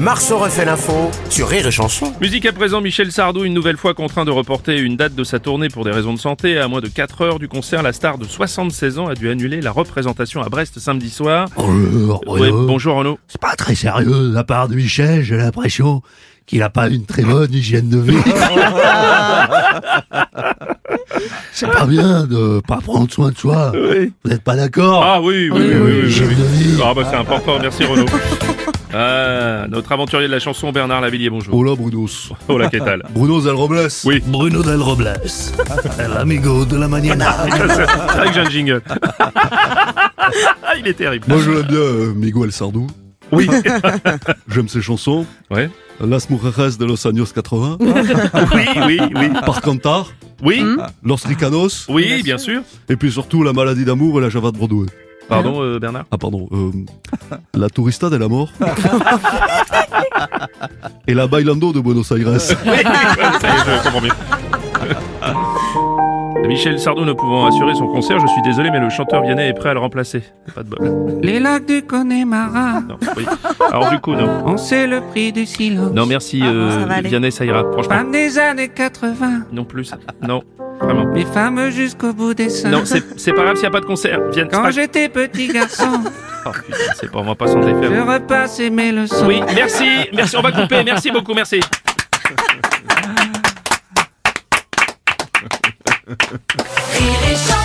Marceau refait l'info sur Rire et Chanson. Musique à présent, Michel Sardou, une nouvelle fois contraint de reporter une date de sa tournée pour des raisons de santé. À moins de 4 heures du concert, la star de 76 ans a dû annuler la représentation à Brest samedi soir. Bonjour, Ouais, bonjour. bonjour Renaud. C'est pas très sérieux de la part de Michel, j'ai l'impression qu'il a pas une très bonne hygiène de vie. C'est pas bien de pas prendre soin de soi. Oui. Vous n'êtes pas d'accord Ah oui, oui, oui, Oui, oui. oui, oui, j'ai oui. donné. Ah bah c'est important, merci Renaud. Ah, notre aventurier de la chanson, Bernard Lavillier, bonjour. Oh là, Brunos. Oh la quétale. Bruno Del Robles Oui. Bruno Del Robles. L'amigo de la maniana. C'est vrai que j'ai un jingle. Ah, Il est terrible. Moi je l'aime bien, euh, Miguel Sardou. Oui. J'aime ses chansons. Ouais. Las Mujeres de los Años 80. Oui, oui, oui. Par Cantar. Oui, Los Ricanos. oui, Hmm Ah, bien sûr. Et puis surtout La Maladie d'amour et La Java de Broadway. Pardon euh, Bernard. Ah pardon. euh, la Tourista de la Mort. et La Bailando de Buenos Aires. Ça y est, je comprends bien. Michel Sardou ne pouvant assurer son concert, je suis désolé, mais le chanteur viennet est prêt à le remplacer. Pas de bol. Les lacs du Connemara, Non, oui. Alors du coup, non. on sait le prix du silence. Non, merci, euh, Vianney, ça ira. Franchement, Femme des années 80, non plus. Non, vraiment. mais femme jusqu'au bout des seins. Non, c'est c'est pas grave s'il n'y a pas de concert. Vianney, Quand c'est j'étais petit garçon, pas... Oh, putain, c'est pas, on va pas s'en défaire. je repassais mes leçons. Oui, merci, merci, on va couper, merci beaucoup, merci. Rire et chanson.